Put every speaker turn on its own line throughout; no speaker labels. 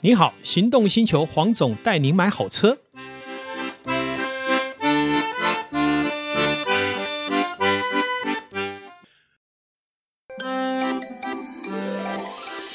你好，行动星球黄总带您买好车。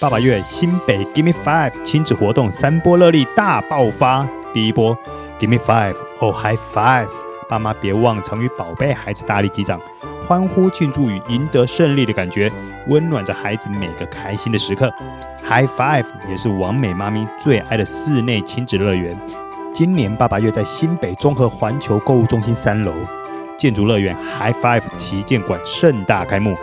爸爸月新北 Give Me Five 亲子活动三波热力大爆发，第一波 Give Me Five 哦 High Five，爸妈别忘常与宝贝孩子大力击掌，欢呼庆祝与赢得胜利的感觉，温暖着孩子每个开心的时刻。High Five 也是王美妈咪最爱的室内亲子乐园。今年爸爸月在新北综合环球购物中心三楼建筑乐园 High Five 旗舰馆盛大开幕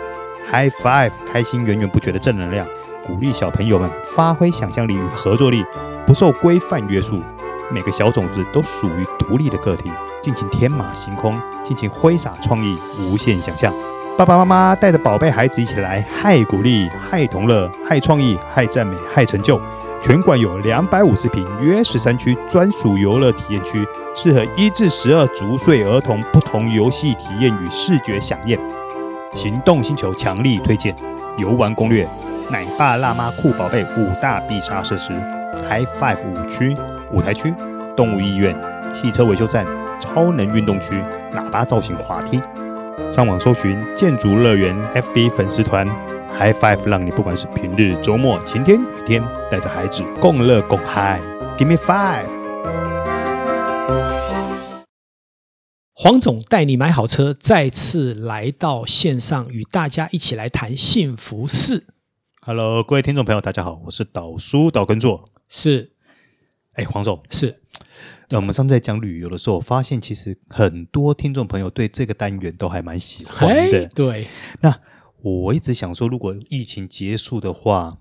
，High Five 开心源源不绝的正能量。鼓励小朋友们发挥想象力与合作力，不受规范约束。每个小种子都属于独立的个体，尽情天马行空，尽情挥洒创意，无限想象。爸爸妈妈带着宝贝孩子一起来，嗨鼓励，嗨同乐，嗨创意，嗨赞美，嗨成就。全馆有两百五十平，约十三区专属游乐体验区，适合一至十二足岁儿童不同游戏体验与视觉飨宴。行动星球强力推荐游玩攻略。奶爸辣妈酷宝贝五大必杀设施，High Five 五区、舞台区、动物医院、汽车维修站、超能运动区、喇叭造型滑梯。上网搜寻建筑乐园 FB 粉丝团，High Five 让你不管是平日、周末、晴天、雨天，带着孩子共乐共嗨，Give me five。
黄总带你买好车，再次来到线上，与大家一起来谈幸福事。
Hello，各位听众朋友，大家好，我是导叔导根座。
是
哎，黄总，
是，
呃我们上次在讲旅游的时候，我发现其实很多听众朋友对这个单元都还蛮喜欢
哎
的，。
对，
那我一直想说，如果疫情结束的话，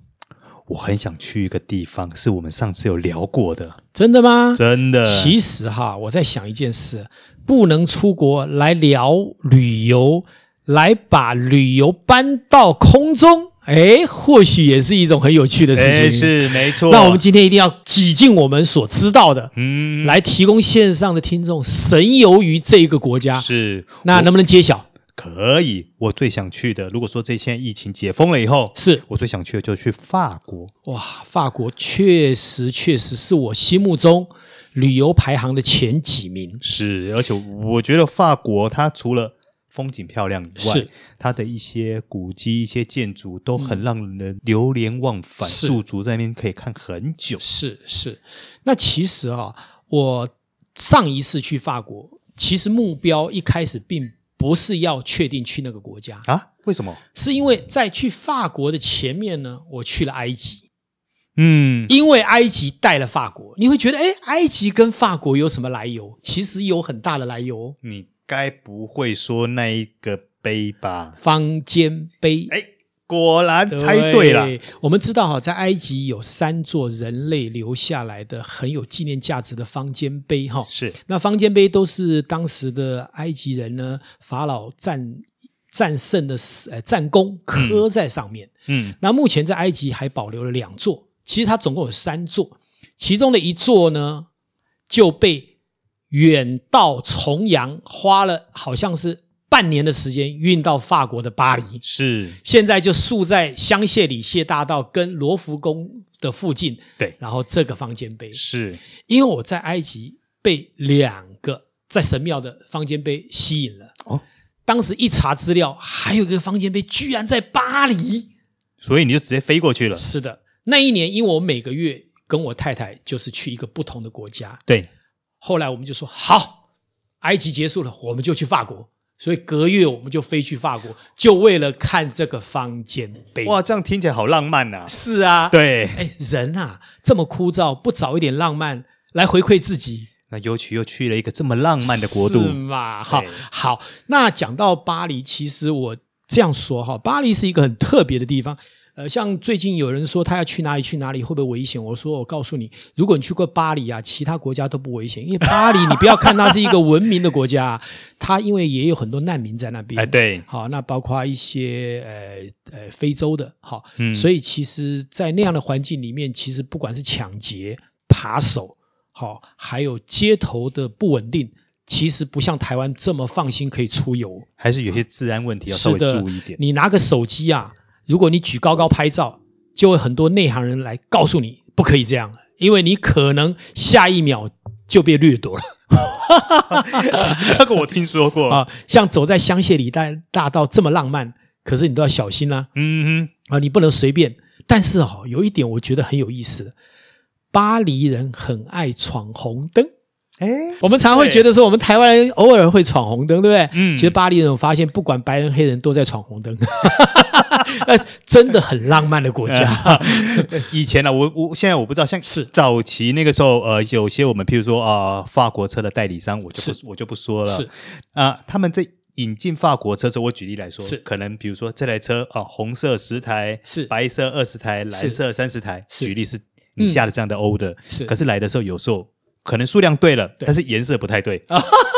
我很想去一个地方，是我们上次有聊过的，
真的吗？
真的。
其实哈，我在想一件事，不能出国来聊旅游，来把旅游搬到空中，哎，或许也是一种很有趣的事情。
哎，是没错。
那我们今天一定要挤进我们所知道的，
嗯，
来提供线上的听众神游于这个国家。
是
那
我
能不能揭晓？
可以。我最想去的，如果说这现在疫情解封了以后，
是
我最想去的就是去法国。
哇，法国确实确实是我心目中旅游排行的前几名。
是，而且我觉得法国它除了风景漂亮以外
是，嗯
它的一些古迹、一些建筑都很让人流连忘返，
是
驻足在那边可以看很久。
是是，那其实啊、我上一次去法国，其实目标一开始并不是要确定去那个国家，
啊？为什么？
是因为在去法国的前面呢，我去了埃及，
嗯，
因为埃及带了法国，你会觉得，哎，埃及跟法国有什么来由？其实有很大的来由哦，
你该不会说那一个杯吧？
方尖碑。
哎，果然猜对了。
我们知道哈，在埃及有三座人类留下来的很有纪念价值的方尖碑哈。
是
那方尖碑都是当时的埃及人呢，法老战战胜的呃战功刻在上面。
嗯，
那目前在埃及还保留了两座，其实它总共有三座，其中的一座呢就被远道重洋花了好像是半年的时间运到法国的巴黎，
是，
现在就竖在香榭里谢大道跟罗浮宫的附近，
对，
然后这个方尖碑
是，
因为我在埃及被两个在神庙的方尖碑吸引了。
哦，
当时一查资料，还有一个方尖碑居然在巴黎。
所以你就直接飞过去了。
是的，那一年因为我每个月跟我太太就是去一个不同的国家，
对，
后来我们就说好，埃及结束了，我们就去法国。所以隔月我们就飞去法国，就为了看这个方尖碑。
哇，，这样听起来好浪漫呐、
是啊，，
对，
哎，人啊这么枯燥，不找一点浪漫来回馈自己，
那尤其又去了一个这么浪漫的国度
是，嘛？哈
对，
好，那讲到巴黎，其实我这样说哈，巴黎是一个很特别的地方。呃，像最近有人说他要去哪里去哪里会不会危险？我说哦我告诉你，如果你去过巴黎啊，其他国家都不危险，因为巴黎你不要看它是一个文明的国家啊，它因为也有很多难民在那边。
哎，对，
好，那包括一些呃呃非洲的，好，
嗯
所以其实，在那样的环境里面，其实不管是抢劫、扒手，好，还有街头的不稳定，其实不像台湾这么放心可以出游。
还是有些治安问题要稍
是
微
的
注意一， 点。
你拿个手机啊，如果你举高高拍照，就会很多内行人来告诉你不可以这样，因为你可能下一秒就被掠 夺了
这个我听说过。
啊。像走在香榭里大大道这么浪漫，可是你都要小心啦、
嗯
啊，你不能随便。但是哦，有一点我觉得很有意思，巴黎人很爱闯红灯。
哼，哎，
我们常会觉得说，我们台湾人偶尔会闯红灯，对不对？
嗯
其实巴黎人我发现，不管白人黑人都在闯红灯， 呃，真的很浪漫的国
嗯
家。
以前呢、啊我我现在我不知道，像
是
早期那个时候，呃，有些我们譬如说啊、呃法国车的代理商，我就不我就不说了。
是
啊、他们在引进法国车的时候，我举例来说，
是
可能比如说这台车啊、红色十台，
是
白色二十台，蓝
是
色三十台，
是嗯
举例是你下了这样的 order，、
是
可是来的时候有时候。可能数量对了，但是颜色不太对，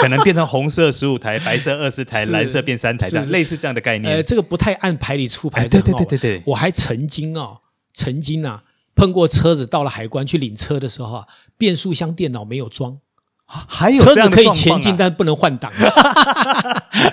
可能变成红色十五台，白色二十台，
哦是
蓝色变三台，
是
这样
是
类似这样的概念。
呃，这个不太按牌理出牌，
哎对
这很好玩
对对对对
我还曾经哦，曾经啊碰过车子到了海关去领车的时候啊，变速箱电脑没有装，
还有
车
这
子
样的
可以
状况
前
啊
进， 但不能换 挡。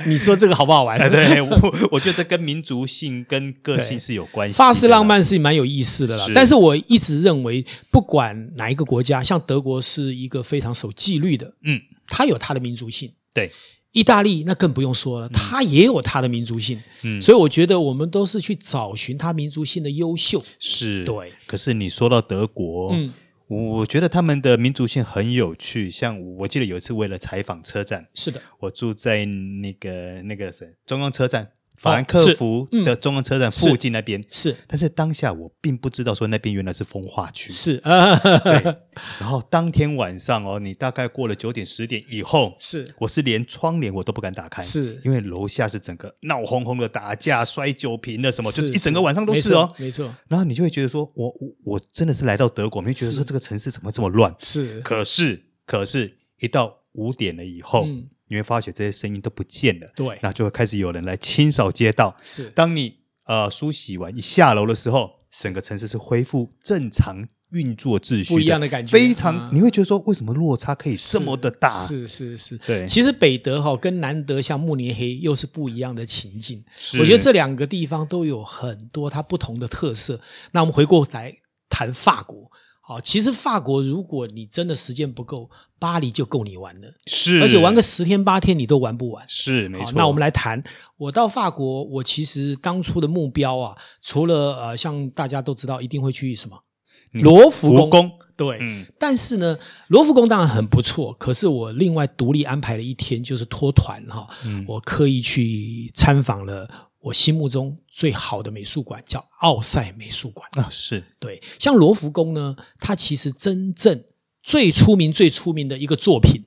你说这个好不好玩？
哎，对我，我觉得这跟民族性跟个性是有关系的啦。
法式浪漫是蛮有意思的啦
是，
但是我一直认为，不管哪一个国家，像德国是一个非常守纪律的，
嗯，
它有它的民族性；
对，
意大利那更不用说了，它也有它的民族性。
嗯
所以我觉得我们都是去找寻它民族性的优秀。
是，
对。
可是你说到德国，
嗯，
我觉得他们的民族性很有趣。像我记得有一次为了采访车站，
是的，
我住在那个那个谁中央车站，法兰克福
哦是嗯
的中央车站附近那边。
是
但是当下我并不知道说那边原来是风化区，
是啊，
对。然后当天晚上哦，你大概过了九点十点以后，
是
我是连窗帘我都不敢打开，
是
哎因为楼下是整个闹哄哄的打架、摔酒瓶的什么，就是一整个晚上都
没
是哦
错。没错，
然后你就会觉得说，我我我真的是来到德国，你会觉得说
是
这个城市怎么这么乱？
是
可是可是，一到五点了以后，
嗯
你会发现这些声音都不见了，
对，
那就会开始有人来清扫街道。
是
当你呃梳洗完一下楼的时候，整个城市是恢复正常运作秩序，
不一样的感觉
非常、
啊
你会觉得说，为什么落差可以这么的大？
是是是，
对
其实北德哈、跟南德像慕尼黑又是不一样的情境
是，
我觉得这两个地方都有很多它不同的特色。那我们回过来谈法国，好，其实法国如果你真的时间不够，巴黎就够你玩了，
是
而且玩个十天八天你都玩不完。
是没
好
错。，
那我们来谈。我到法国，我其实当初的目标啊，除了呃，像大家都知道，一定会去什么
你
罗浮宫，
嗯浮宫，
对，
嗯，
但是呢，罗浮宫当然很不错，可是我另外独立安排了一天，就是脱团哈、
嗯
我刻意去参访了我心目中最好的美术馆，叫奥赛美术馆。
啊是
对，像罗浮宫呢，它其实真正最出名、最出名的一个作品，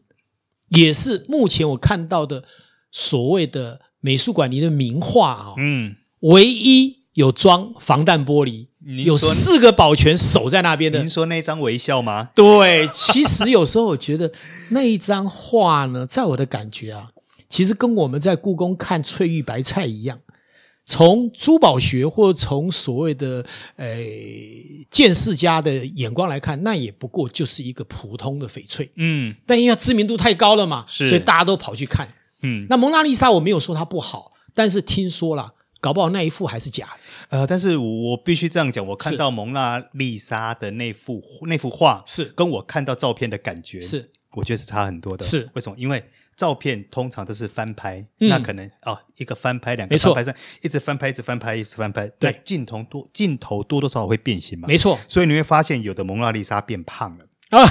也是目前我看到的所谓的美术馆里的名画啊、
嗯。
唯一有装防弹玻璃，
您
有
说
四个保全守在那边的
您。说那张微笑吗？
对，其实有时候我觉得那一张画呢，在我的感觉啊，其实跟我们在故宫看翠玉白菜一样，从珠宝学或从所谓的呃见识家的眼光来看，那也不过就是一个普通的翡翠。
嗯
但因为它知名度太高了嘛，
是
所以大家都跑去看。
嗯，
那蒙娜丽莎我没有说它不好，但是听说啦，搞不好那一幅还是假的。
呃，但是我必须这样讲，我看
是
到蒙娜丽莎的那幅那幅画，
是
跟我看到照片的感觉
是，
我觉得是差很多的。
是
为什么？因为照片通常都是翻拍，
嗯
那可能哦，一个翻拍，两个
没
翻
错
拍，三一直翻拍，一直翻拍，一直翻拍。
对
那镜头多镜头多多少少会变形嘛。
没错
所以你会发现有的蒙娜丽莎变胖了。
啊，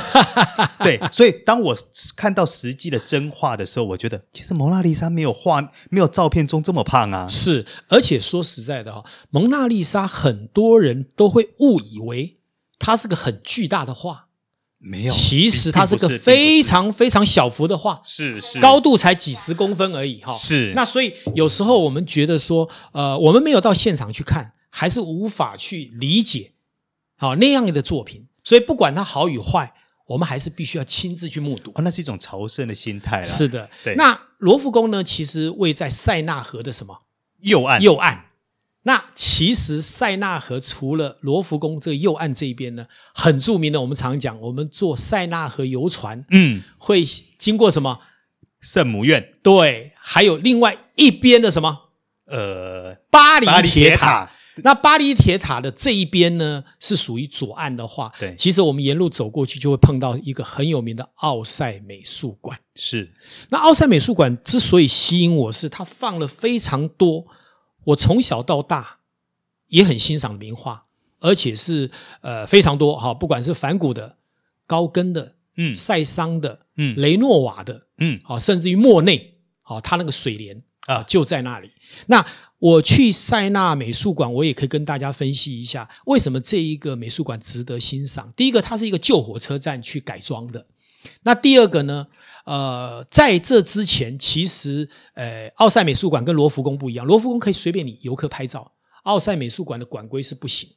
对，所以当我看到实际的真画的时候，我觉得其实蒙娜丽莎没有画，没有照片中这么胖啊。
是，而且说实在的哈、蒙娜丽莎很多人都会误以为它是个很巨大的画，
没有，
其实它
并
是
不
个
是
非常非常小幅的画，
并不是是
高度才几十公分而已哈、
是
那所以有时候我们觉得说，呃，我们没有到现场去看，还是无法去理解好、那样的作品。所以不管它好与坏，我们还是必须要亲自去目睹。
哦，那是一种朝圣的心态啦。
是的
对，
那罗浮宫呢，其实位在塞纳河的什么？
右岸
右岸。那其实塞纳河除了罗浮宫这个右岸这一边呢，很著名的，我们常讲，我们坐塞纳河游船
嗯，
会经过什么？
圣母院，
对，还有另外一边的什么
呃，
巴黎
巴黎铁
塔。
塔
那巴黎铁塔的这一边呢，是属于左岸的话，
对
其实我们沿路走过去就会碰到一个很有名的奥赛美术馆。
是
那奥赛美术馆之所以吸引我是，它放了非常多我从小到大也很欣赏的名画，而且是呃非常多哈，不管是梵谷的、高更的、
嗯
塞尚的、
嗯
雷诺瓦的，
嗯
好，甚至于莫内，好，他那个水帘
啊
啊就在那里。那我去塞纳美术馆，我也可以跟大家分析一下，为什么这一个美术馆值得欣赏。第一个，它是一个旧火车站去改装的。那第二个呢？呃，在这之前，其实呃，奥赛美术馆跟罗浮宫不一样，罗浮宫可以随便你游客拍照，奥赛美术馆的馆规是不行。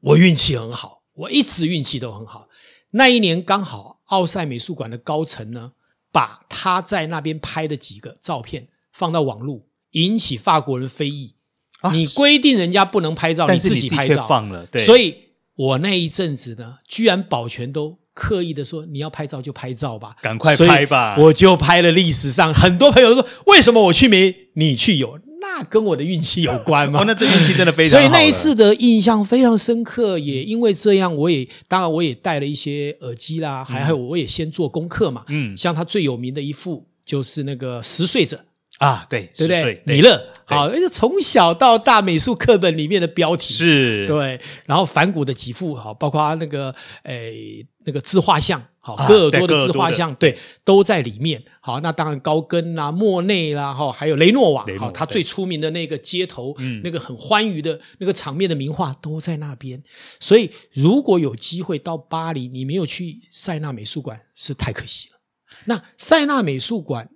我运气很好，我一直运气都很好。那一年刚好奥赛美术馆的高层呢，把他在那边拍的几个照片放到网络，引起法国人非议。
啊
你规定人家不能拍照，
但是
自
你自己
拍
却
照，
放了对
所以我那一阵子呢，居然保全都刻意的说你要拍照就拍照吧，
赶快拍吧
所以我就拍了历史上很多朋友都说，为什么我去没你去有？那跟我的运气有关吗？
哦，那这运气真的非常
所以
好
那一
了
次的印象非常深刻，也因为这样，我也当然我也带了一些耳机啦，还有我也先做功课嘛。
嗯
像他最有名的一幅就是那个《十岁者》，
啊，对，
对不
十岁
对？
对
米勒，
对
好，而且从小到大美术课本里面的标题。
是，
对，然后反骨的几幅好，包括那个诶、那个自画像，好，
啊
戈尔多
对戈尔
的自
多
画
的
像，对，都在里面。好，那当然高更啦、莫内啦，哈，还有雷诺瓦
雷，诺
好，
瓦
他
对
最出名的那个街头，
嗯
那个很欢愉的那个场面的名画都在那边。所以，如果有机会到巴黎，你没有去塞纳美术馆是太可惜了。那塞纳美术馆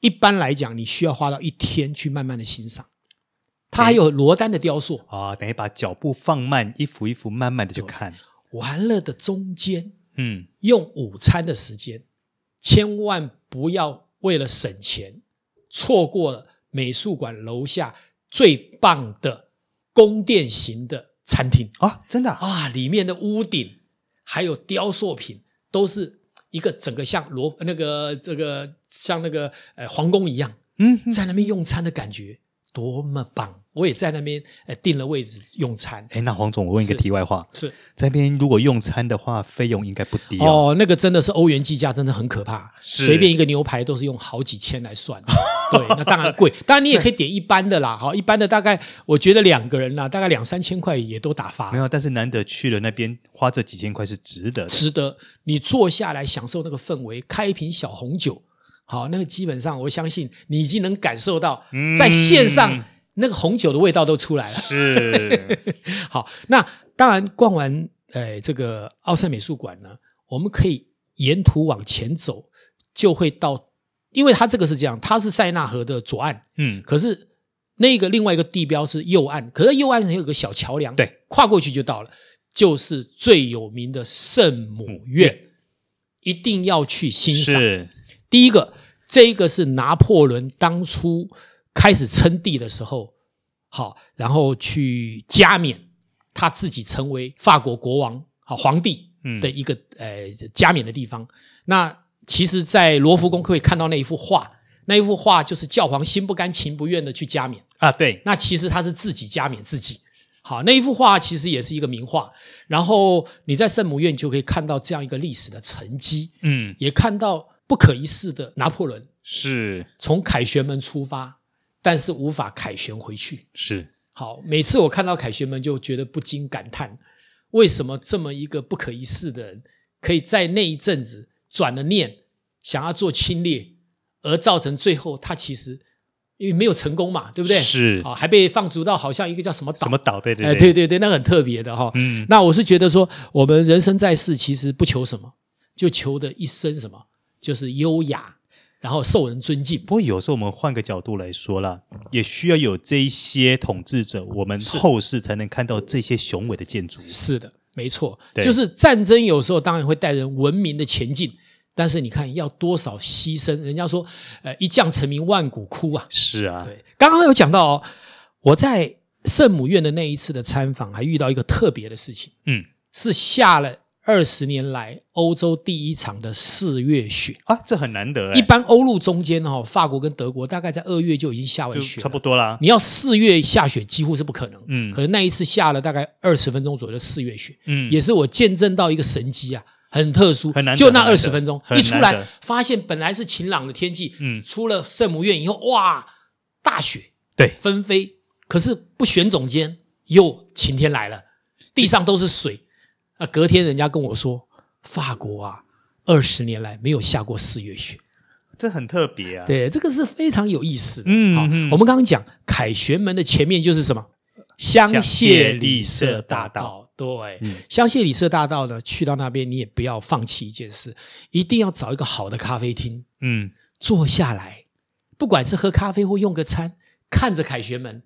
一般来讲，你需要花到一天去慢慢的欣赏。它还有罗丹的雕塑，
啊，等于把脚步放慢，一幅一幅慢慢的去看，
完了的中间
嗯，
用午餐的时间，千万不要为了省钱错过了美术馆楼下最棒的宫殿型的餐厅
啊，真的啊，
啊！里面的屋顶还有雕塑品都是一个整个像罗那个这个像那个呃皇宫一样，
嗯，嗯
在那边用餐的感觉多么棒！我也在那边呃订了位置用餐，
哎，那黄总，我问一个
是
题外话，
是
在那边如果用餐的话，费用应该不低哦，
哦，那个真的是欧元计价，真的很可怕。
是
随便一个牛排都是用好几千来 算的，对，那当然贵。当然你也可以点一般的啦，哈，一般的大概我觉得两个人啦，大概两三千块也都打发
没，有，但是难得去了那边，花这几千块是值得的。
值得。你坐下来享受那个氛围，开一瓶小红酒，好，那个基本上我相信你已经能感受到
嗯，
在线上那个红酒的味道都出来了。
是，
好，那当然逛完呃这个奥赛美术馆呢，我们可以沿途往前走，就会到，因为它这个是这样，它是塞纳河的左岸，
嗯，
可是那个另外一个地标是右岸，可是右岸还有个小桥梁，
对，
跨过去就到了，就是最有名的圣母
嗯
院，一定要去欣赏。
是，
第一个，这一个是拿破仑当初开始称帝的时候，好，然后去加冕，他自己成为法国国王，好皇帝
嗯
的一个、呃加冕的地方。那其实，在罗浮宫可以看到那一幅画，那一幅画就是教皇心不甘情不愿的去加冕。
啊，对，
那其实他是自己加冕自己。好，那一幅画其实也是一个名画。然后你在圣母院就可以看到这样一个历史的沉积。
嗯，
也看到不可一世的拿破仑
是
从凯旋门出发，但是无法凯旋回去。
是，
好，每次我看到凯旋门就觉得不禁感叹：为什么这么一个不可一世的人，可以在那一阵子转了念，想要做侵略，而造成最后他其实因为没有成功嘛，对不对？
是
啊，还被放逐到好像一个叫什么岛
什么岛？对对
哎，对，对对，那个很特别的哈、
嗯，
那我是觉得说，我们人生在世其实不求什么，就求的一生什么，就是优雅，然后受人尊敬。
不过有时候我们换个角度来说啦，也需要有这一些统治者，我们后世才能看到这些雄伟的建筑。
是的，没错，
对
就是战争有时候当然会带人文明的前进，但是你看要多少牺牲？人家说，呃，一将成名万骨枯啊。
是啊，
对，刚刚有讲到哦，我在圣母院的那一次的参访，还遇到一个特别的事情，
嗯，
是下了二十年来欧洲第一场的四月雪。
啊，这很难得哎、
一般欧陆中间哈、哦，法国跟德国大概在二月就已经下完雪
就
了，
差不多啦。
你要四月下雪几乎是不可能，
嗯
可能那一次下了大概二十分钟左右的四月雪，
嗯，
也是我见证到一个神迹啊，很特殊，
很难得
就那
很难
二
得
十分钟
很
一
难
出来
得，
发现本来是晴朗的天气，
嗯
出了圣母院以后，哇，大雪
对
纷飞，可是不选总监又晴天来了，地上都是水啊！隔天人家跟我说，法国啊，二十年来没有下过四月雪。
这很特别啊。
对，这个是非常有意思的。
嗯
好
嗯
我们刚刚讲凯旋门的前面就是什么？香榭里舍大道。对，
嗯
香榭里舍大道呢，去到那边你也不要放弃一件事，一定要找一个好的咖啡厅
嗯，
坐下来，不管是喝咖啡或用个餐，看着凯旋门，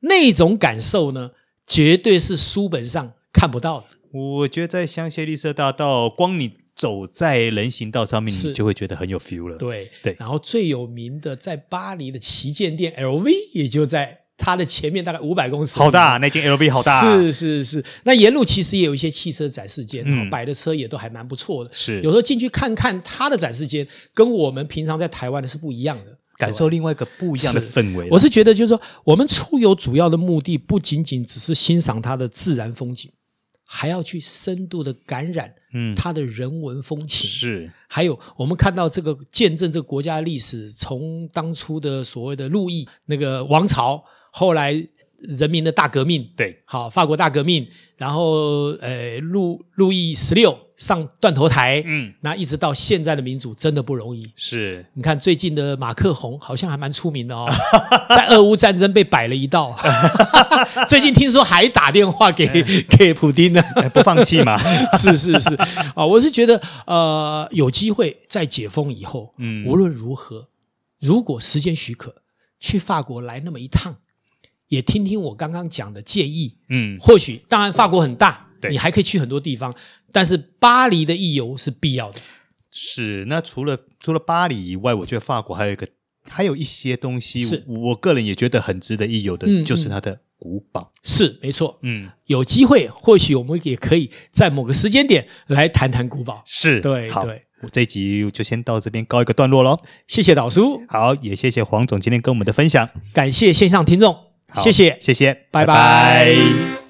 那种感受呢，绝对是书本上看不到的。
我觉得在香榭丽舍大道，光你走在人行道上面，
是
你就会觉得很有 feel 了。，
对
对
然后最有名的在巴黎的旗舰店 LV 也就在它的前面大概五百公尺，
好大，那间 LV 好大，啊
是是是。那沿路其实也有一些汽车展示间，
嗯
哦摆的车也都还蛮不错的。
是
有时候进去看看它的展示间，跟我们平常在台湾的是不一样的。
感受另外一个不一样的
是
氛围啦。
我是觉得，就是说，我们出游主要的目的不仅仅只是欣赏它的自然风景，还要去深度的感染
嗯，
它的人文风情。
是
还有，我们看到这个见证这个国家的历史，从当初的所谓的路易那个王朝，后来人民的大革命，
对，
好，法国大革命，然后呃，路路易十六上断头台，
嗯，
那一直到现在的民主真的不容易。
是
你看最近的马克宏好像还蛮出名的哦， 在俄乌战争被摆了一道， 最近听说还打电话给给普丁呢。
哎不放弃嘛。
是是是，啊，我是觉得呃，有机会在解封以后，
嗯
无论如何，如果时间许可，去法国来那么一趟，也听听我刚刚讲的建议，
嗯，
或许当然法国很大，
对
你还可以去很多地方，但是巴黎的一游是必要的。
是。那除了除了巴黎以外，我觉得法国还有一个，还有一些东西
是，
我我个人也觉得很值得一游的，
嗯
就是它的古堡。
是没错，
嗯，
有机会或许我们也可以在某个时间点来谈谈古堡。
是，
对
好
对，
我这一集就先到这边告一个段落喽。
谢谢导叔，
好，也谢谢黄总今天跟我们的分享，
感谢线上听众，
好
谢谢，
谢谢，
拜拜